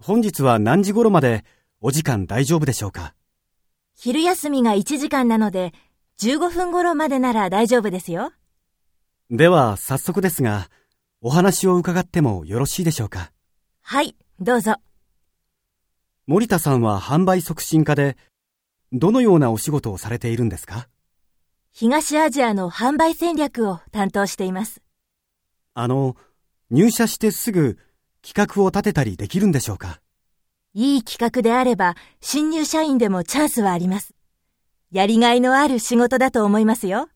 本日は何時頃までお時間大丈夫でしょうか昼休みが1時間なので、15分頃までなら大丈夫ですよ。では、早速ですが、お話を伺ってもよろしいでしょうかはい、どうぞ。森田さんは販売促進課で、どのようなお仕事をされているんですか東アジアの販売戦略を担当しています。あの、入社してすぐ企画を立てたりできるんでしょうかいい企画であれば、新入社員でもチャンスはあります。やりがいのある仕事だと思いますよ。